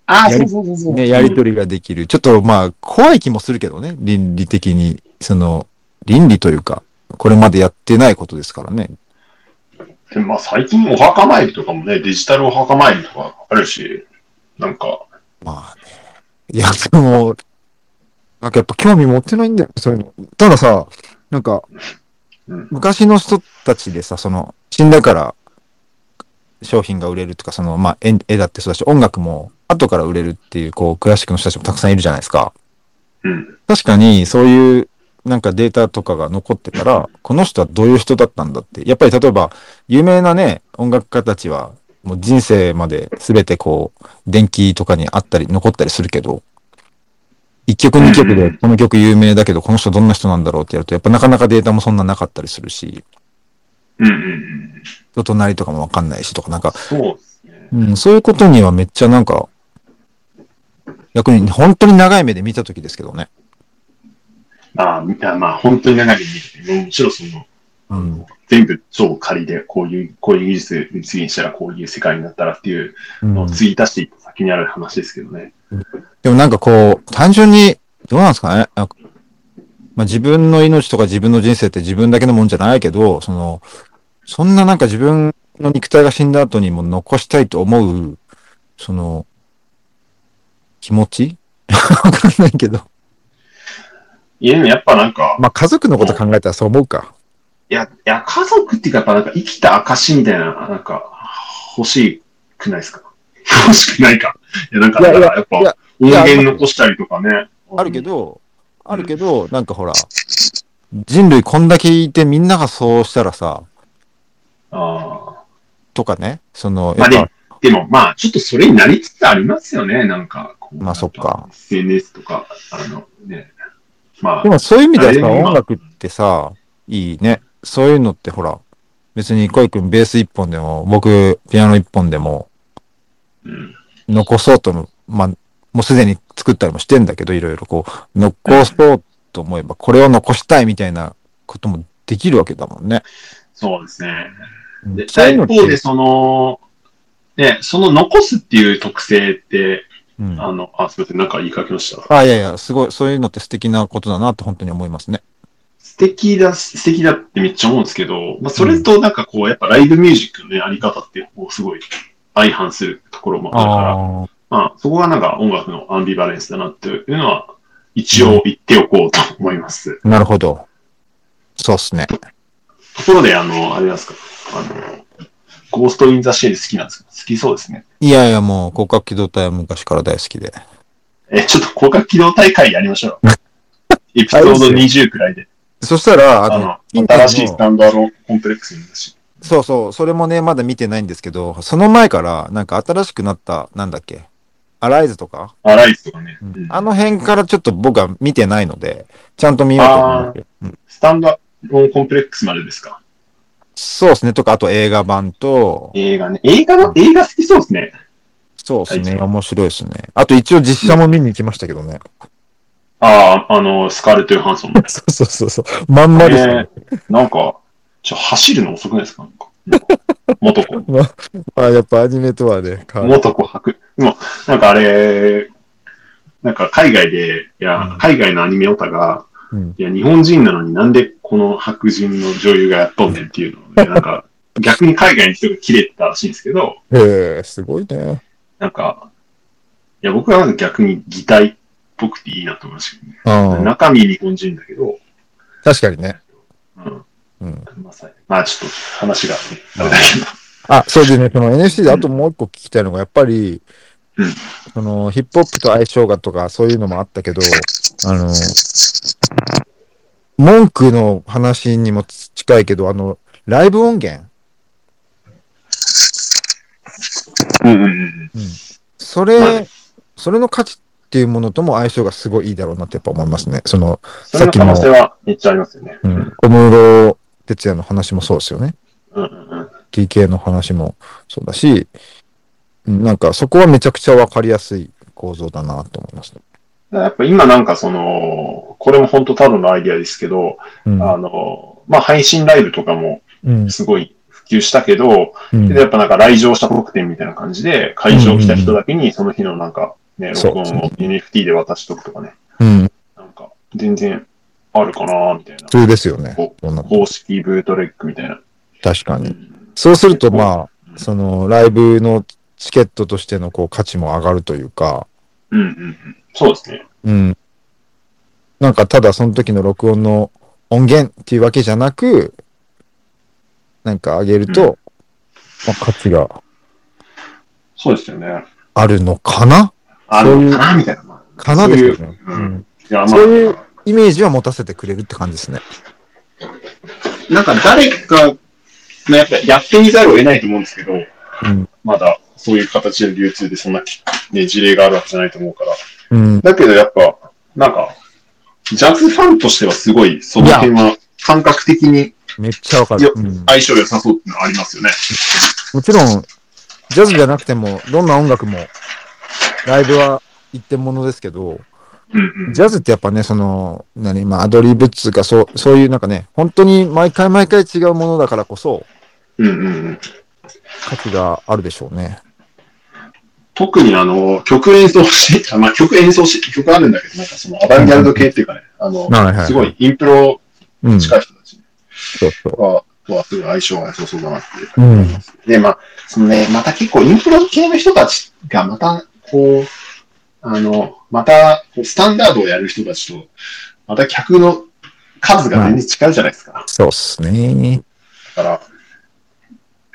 あー、やそうりそうそうそう。ね、やりとりができる。ちょっとまあ怖い気もするけどね、倫理的に、その、倫理というか、これまでやってないことですからね。でまあ最近お墓参りとかもね、デジタルお墓参りとかあるし、なんか、まあね。いや、でも、なんかやっぱ興味持ってないんだよ、そういうの。たださ、なんか、うん昔の人たちでさ、その、死んだから、商品が売れるとか、その、まあ、絵絵だってそうだし、音楽も後から売れるっていう、こう、クラシックの人たちもたくさんいるじゃないですか。うん、確かに、そういう、なんかデータとかが残ってたら、この人はどういう人だったんだって。やっぱり例えば、有名なね、音楽家たちは、もう人生まで全てこう、電気とかにあったり、残ったりするけど、一曲二曲で、この曲有名だけど、この人どんな人なんだろうってやると、やっぱなかなかデータもそんななかったりするし、うん、うんうん。人となりとかもわかんないしとか、なんか、そうですね。うん、そういうことにはめっちゃなんか、逆に本当に長い目で見た時ですけどね。まあ、みまあ、本当に長い目で見るともちろんその、うん。全部超仮で、こういう、こういう技術に実現したらこういう世界になったらっていうのを継ぎ足していった先にある話ですけどね。でもなんかこう、単純に、どうなんですかねなんかまあ、自分の命とか自分の人生って自分だけのもんじゃないけど、その、そんななんか自分の肉体が死んだ後にも残したいと思う、その、気持ち <laughs> わかんないけど。いや、でもやっぱなんか、まあ、家族のこと考えたらそう思うか。いや、いや、家族っていうか、やっぱなんか生きた証みたいな、なんか、欲しくないですか <laughs> 欲しくないか。いや、なんか、いやいやだからやっぱ、いや音いや源残したりとかね。あるけど、あるけど、なんかほら、人類こんだけいてみんながそうしたらさ、あとかね、その、ー。まやあっぱで、でもまあ、ちょっとそれになりつつありますよね、なんか。こうまあそっか。 SNS とか、あの、ね。まあ <laughs> で、もそういう意味ではあれさ、今音楽ってさ、いいね。そういうのってほら、別にコイ君ベース一本でも、僕ピアノ一本でもうん。残そうとも、まあ、もうすでに作ったりもしてんだけど、いろいろこう、残そうと思えば、これを残したいみたいなこともできるわけだもんね。そうですね。で、そうい一うのっ方で、て、その、ね、その残すっていう特性って、うん、あの、あ、すみません、なんか言いかけました。あ、いやいや、すごい、そういうのって素敵なことだなって本当に思いますね。素敵だ、素敵だってめっちゃ思うんですけど、まあ、それとなんかこう、やっぱライブミュージックのね、あり方って、こう、すごい相反するところもあるから、ああ、まあ、そこがなんか音楽のアンビバレンスだなっていうのは、一応言っておこうと思います。なるほど。そうっすね。ところで、あの、あれなんですか、あの、ゴースト・イン・ザ・シェル好きなんですか好きそうですね。いやいや、もう、広角機動隊は昔から大好きで。え、ちょっと広角機動大会やりましょうよ。エピソード20くらいで。そしたら、あのあ、の、新しいスタンドアローンコンプレックスになるし。そうそう、それもね、まだ見てないんですけど、その前から、なんか新しくなった、なんだっけ、アライズとか、アライズとかね。うんあの辺からちょっと僕は見てないので、ちゃんと見ようと思って。うんスタンドアローンコンプレックスまでですかそうですね、とか、あと映画版と、映画ね。映画の、映画好きそうですね。そうですね、はい面白いですね。あと一応実写も見に行きましたけどね。ああ、あの、スカーレット・ヨハンソンの。そうそうそうそう、まんまですね。ーなんか、ちょ、走るの遅くないですかなんか。元子。あやっぱアニメとはね、か元子白。でも、なんかあれ、なんか海外で、いや、うん海外のアニメオタが、うんいや、日本人なのになんでこの白人の女優がやっとんねんっていうのをね、なん <laughs> か、逆に海外の人が切れてたらしいんですけど、へえ、すごいね。なんか、いや、僕はなんか逆に擬態っぽくていいなと思いましたけどね。うん、中身日本人だけど、確かにね。うん。うんまあ、さまあ、ちょっと話が、ね、あれだけど。あ、そうですね、その NFC であともう一個聞きたいのが、やっぱり、うんそのヒップホップと相性がとか、そういうのもあったけど、あの、文句の話にも近いけど、あの、ライブ音源、うんうんうん。そはれ、それの価値っていうものとも相性がすごいいいだろうなってやっぱ思いますね。その、それの可能性はめっちゃありますよね。うん小室哲也の話もそうですよね。うんうんうん。 TK の話もそうだし、うんなんかそこはめちゃくちゃわかりやすい構造だなと思いますね。やっぱ今なんかその、これも本当ただのアイディアですけど、うんあの、まあ配信ライブとかもうんすごい普及したけど、うんでやっぱなんか来場者特典みたいな感じで、会場来た人だけにその日のなんかね、そう録音を NFT で渡しとくとかね、うんなんか全然、あ、あるかなみたいな。普通ですよね。おこんな公式ブートレックみたいな。確かうに。んそうすると、まうあ、んその、ライブのチケットとしての、こう、価値も上がるというか、うんうんうん。そうですね。うん。なんか、ただその時の録音の音源っていうわけじゃなく、なんか上げると、うんまあ、価値がそうですよね。あるのかなあそういるうかなみたいな。まあかなですよね。そういうううんん。いや、まあそういうイメージは持たせてくれるって感じですね。なんか誰か、まあ、やっぱやってみざるを得ないと思うんですけど、うんまだそういう形の流通でそんな、ね、事例があるわけじゃないと思うから。うん。だけどやっぱ、なんか、ジャズファンとしてはすごい、その辺は感覚的にめっちゃわかいやる。うん相性良さそうってのはありますよね。もちろん、ジャズじゃなくても、どんな音楽も、ライブは一点物ですけど、うんうん。ジャズってやっぱね、その、何、まあ、アドリブっつうか、そう、そういうなんかね、本当に毎回毎回違うものだからこそ、うんうんうん、価値があるでしょうね。特にあの、曲演奏し、あまあ、曲演奏し、曲あるんだけど、なんかそのアバンギャルド系っていうかね、あの、はいはいすごいインプロうん。そ近い人たちうそう。は、とはすごい相性が良さそうだなってうん。で、まあ、そのね、また結構インフラ系の人たちが、また、こう、あの、また、こうスタンダードをやる人たちと、また客の数が全然違うじゃないですか。そうっすね。だか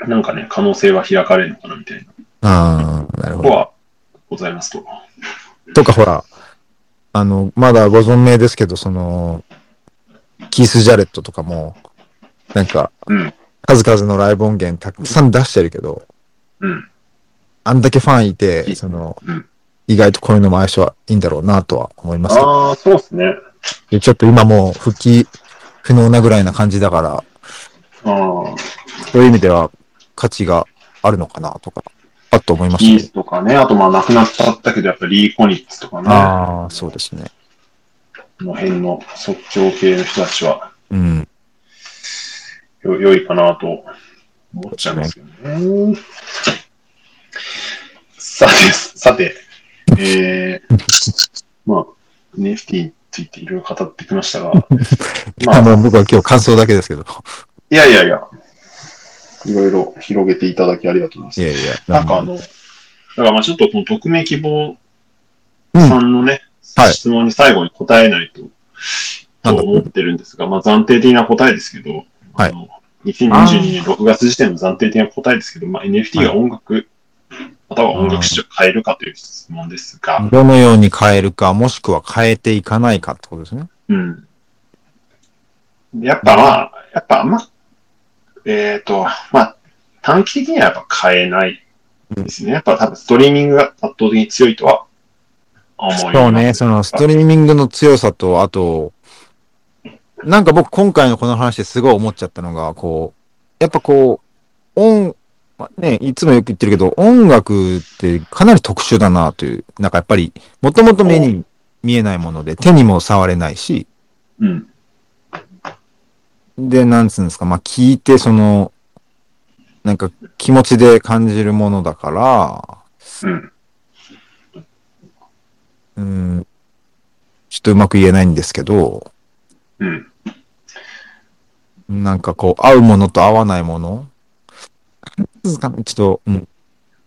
ら、なんかね、可能性は開かれるのかな、みたいなああ、なとるほこど。はございますと。とかほら、あの、まだご存命ですけど、その、キース・ジャレットとかも、なんか、うん数々のライブ音源たくさん出してるけど、うん。あんだけファンいて、いその、うん意外とこういうのも相性はいいんだろうなとは思いますけどああ、そうですね。でちょっと今もう復帰不能なぐらいな感じだから、ああ、そういう意味では価値があるのかなとか、あっと思いまギーしスとかね、あとまあ亡くなっちゃったけど、やっぱリー・コニッツとかた。ね、ああ、そうですね。この辺の即興系の人たちは、うん。よ、良いかなと思っちゃいますけどね。さて、さて、えー、まあ、NFT についていろいろ語ってきましたが、まあ、 <laughs> あ、の、僕は今日感想だけですけど。 <laughs> いやいやいや、いろいろ広げていただきありがとうごいざいやまいや。す。なんかあの、だからまあちょっとこの匿名希望さんのね、うんはい質問に最後に答えないと、なんとだ思ってるんですが、まあ暫定的な答えですけど、はいあの2022年6月時点の暫定的な答えですけど、まあ、NFT が音楽、または音楽市場を変えるかという質問ですが、どのように変えるか、もしくは変えていかないかってことですね。うん。やっぱまあ、やっぱあんま、えっ、と、まあ、短期的にはやっぱ変えないですね。やっぱ多分ストリーミングが圧倒的に強いとは思います。そうね、そのストリーミングの強さと、あと、なんか僕今回のこの話ですごい思っちゃったのが、こう、やっぱこう、音、まあね、いつもよく言ってるけど、音楽ってかなり特殊だなという、なんかやっぱり、もともと目に見えないもので、手にも触れないし、うん。で、なんつうんですか、まあ聞いて、その、なんか気持ちで感じるものだから、うん。うん、ちょっとうまく言えないんですけど、うん。なんかこう、合うものと合わないものなんかねちょっと、うん。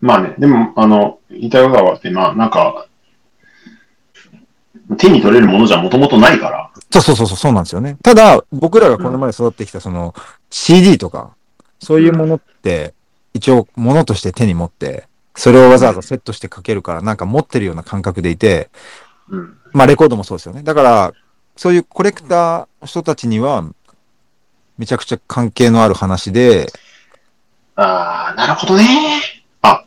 まあね、でも、あの、イタヨガワって、まあ、なんか、手に取れるものじゃもともとないから、そうそうそうそう、そうなんですよね。ただ、僕らがこの前育ってきたその CD とか、そういうものって、一応物として手に持って、それをわざわざセットしてかけるから、なんか持ってるような感覚でいて、うん。まあレコードもそうですよね。だから、そういうコレクターの人たちには、めちゃくちゃ関係のある話で、ああ、なるほどね。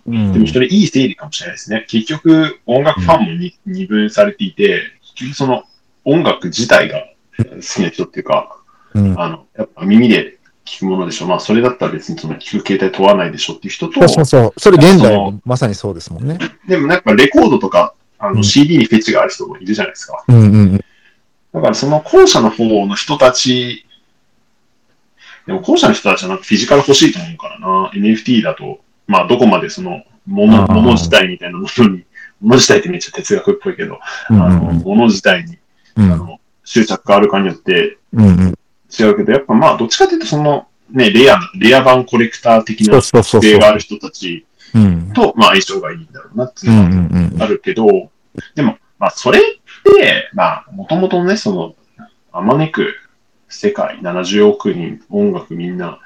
うでもん。それいい整理かもしれないですね。結局、音楽ファンもに、二分されていて、結局その音楽自体が好きな人っていうか、うんあの、やっぱ耳で聞くものでしょ。まあ、それだったら別にその聞く形態問わないでしょっていう人と、そうそうそう。それ現代もまさにそうですもんね。でもなんかレコードとか、あうんの CD にフェチがある人もいるじゃないですか。うんうんうん。だからその後者の方の人たち、でも後者の人たちはなんかフィジカル欲しいと思うからな。NFT だと、まあどこまでその、もの、あーもの自体みたいなものに、もの自体ってめっちゃ哲学っぽいけど、うんあうの、んうんもの自体に、うあんの、執着があるかによってうんうん。違うけど、やっぱまあ、どっちかというと、その、ね、レアな、レア版コレクター的そなうそうそう性そうが。ある人たちうん。と、まあ、相性がいいんだろうなっていううんのうはんうんあるけど、でも、まあ、それって、まあ、もともとね、その、あまねく世界70億人、音楽みんな、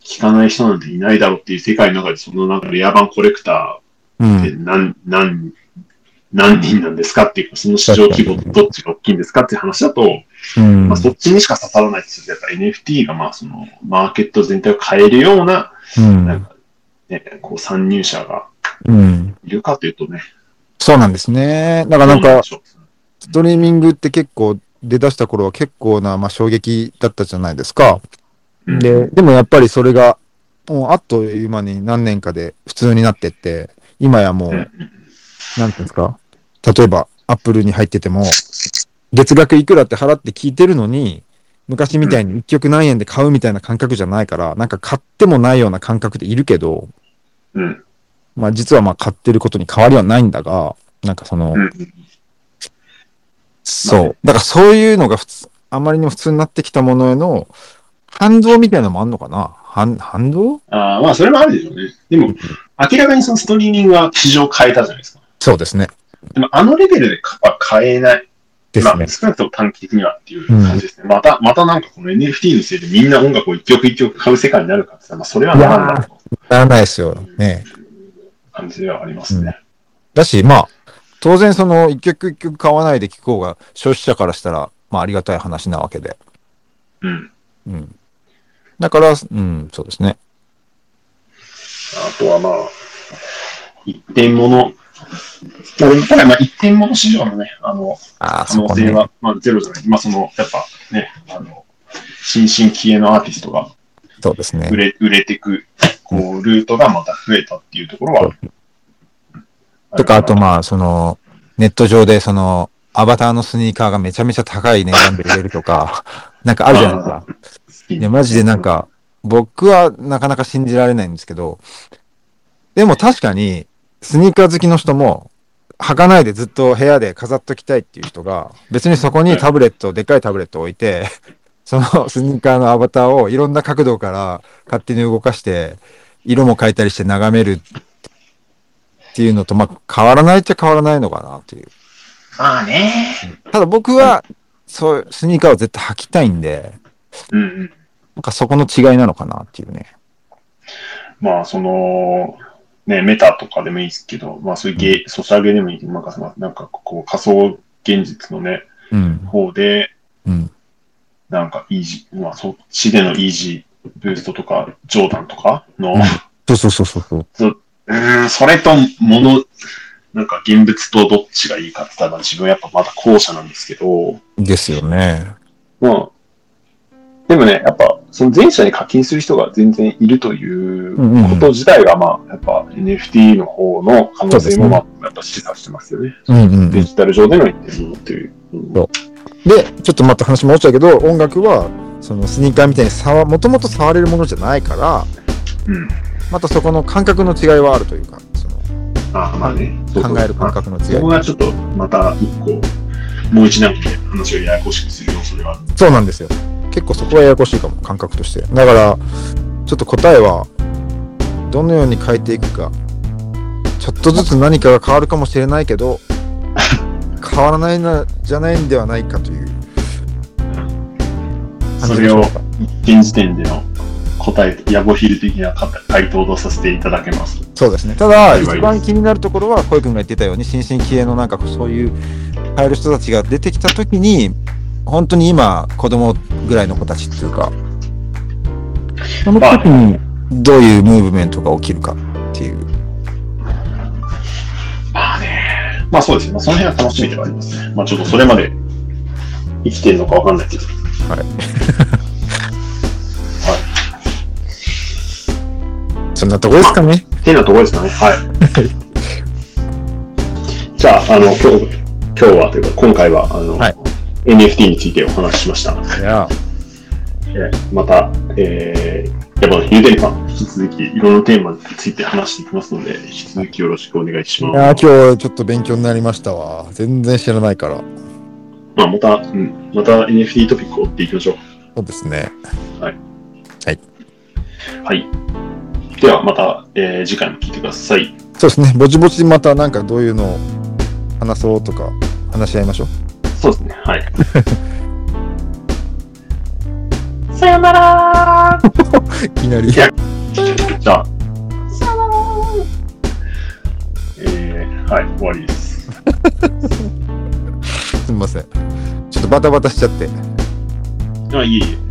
聴かない人なんていないだろうっていう世界の中で、そのなんかレア版コレクタうーってん。何、何、何人なんですかっていうか、その市場規模どっちが大きいんですかっていう話だと、うん。まあ、そっちにしか刺さらないですよ。やっぱ NFT がまあそのマーケット全体を変えるような、うんなんかね、こう参入者がうん。いるかというとね、そうなんですね。だからなんどうかで、しょうストリーミングって結構出だした頃は結構な、まあ、衝撃だったじゃないですか。うんで、でもやっぱりそれが、もうあっという間に何年かで普通になってって、今やもう、うんなんていうんですか、例えばアップルに入ってても、月額いくらって払って聞いてるのに、昔みたいに一曲何円で買うみたいな感覚じゃないから、なんか買ってもないような感覚でいるけど、うん。まあ実はまあ買ってることに変わりはないんだが、なんかその、うん。そう。だからそういうのが普通、あまりにも普通になってきたものへの反動みたいなのもあんのかな反、反動あーまあ、それもあるでしょうね。でも、明らかにそのストリーミングは市場を変えたじゃないですか。そうですね。でも、あのレベルでは変えない。ですまねあ、。少なくとも短期的にはっていう感じですね。また、またなんかこの NFT のせいでみんな音楽を一曲一曲買う世界になるかって言ったらまあ、それはならんだろうならないですよ。ね。感じではありますね。だし、まあ、当然その一曲一曲買わないで聴こうが、消費者からしたら、まあありがたい話なわけで。うん。うん。だから、うん、そうですね。あとはまあ、一点もの、まあでもただまあ一点もの市場のね、あの、ああ、可そ能こ性ね。は、まあ、ゼロじゃない。まあ、その、やっぱね、あの、新進気鋭のアーティストがそうですね売。れ売れてく、こう、ルートがまた増えたっていうところは。とか、あとまあ、その、ネット上でその、アバターのスニーカーがめちゃめちゃ高い値段で売れるとか、 <laughs> なんかあるじゃないですか。いいや、マジでなん、か、僕はなかなか信じられないんですけど、でも確かに、スニーカー好きの人も、履かないでずっと部屋で飾っときたいっていう人が、別にそこにタブレット、でっかいタブレットを置いて、 <laughs> そのスニーカーのアバターをいろんな角度から勝手に動かして、色も変えたりして眺めるっていうのと、まあ変わらないっちゃ変わらないのかなっていう。まあね。ただ僕は、そう、スニーカーを絶対履きたいんで、うんうん。なんかそこの違いなのかなっていうね。まあ、その、ね、メタとかでもいいですけど、まあ、そういうゲー、ソシャゲでもいいけど、なんかその、なんかこう、仮想現実のね、うん。方で、うん。なんか、イージー、まあ、そっちでのイージーブーストとか、ジョーダンとかの、うんそうそうそうそうそう。うーん、それと、もの、なんか現物とどっちがいいかって言ったら、自分はやっぱまだ後者なんですけど、ですよね。まあ、でもね、やっぱ、その前者に課金する人が全然いるといううんうんうんこと自体が、まあ、やっぱ NFT の方の可能性も、まそあ、やっぱ示唆してますよね。うんうんデジタル上での一点ものという。うんで、ちょっとまた話戻っちゃうけど、音楽は、そのスニーカーみたいに触、もともと触れるものじゃないから、うん。またそこの感覚の違いはあるというか、そのああ、まあね。そうそう考える感覚のそ違こい。がちょっと、また一個、もう一段階で話をややこしくする要素ではある。そうなんですよ。結構そこはややこしいかも、感覚として。だから、ちょっと答えは、どのように変えていくか、ちょっとずつ何かが変わるかもしれないけ <laughs> ど、変わらないな、じゃないんではないかという感そじでれしょうをか。現時点での答え、ヤゴヒル的な回答とさせていただけます。そうですね。ただ、幸いです一番気になるところは、小井君が言ってたように、新進気鋭のなんかそういう、入る人たちが出てきたときに、本当に今、子供ぐらいの子たちっていうか、その時に、どういうムーブメントが起きるかっていう。まあね。まあそうですね。まあ、その辺は楽しみではありますね。まあちょっとそれまで生きてるのかわかんないけど。はいはそんなとこですかね。い。っていうようなところですかね。はい。じゃあ、あの、今日、今日はというか、今回は、あの、はい NFT についてお話ししました。いや、えーまた、えー、やっぱゆでりさん、引き続きいろんなテーマについて話していきますので、引き続きよろしくお願いしいます。や今日ちょっと勉強になりましたわ。全然知らないから。まあ、また、うん、また NFT トピックを追っていきましょう。そうですね。はい。では、また、えー次回も聞いてください。そうですね。ぼちぼちまたなんかどういうのを話そうとか話し合いましょう。そうですね。はい。 <laughs> いきなり。やじゃあ、えーはい、終わりです。すみません。ちょっとバタバタしちゃって。あ、いえいえ。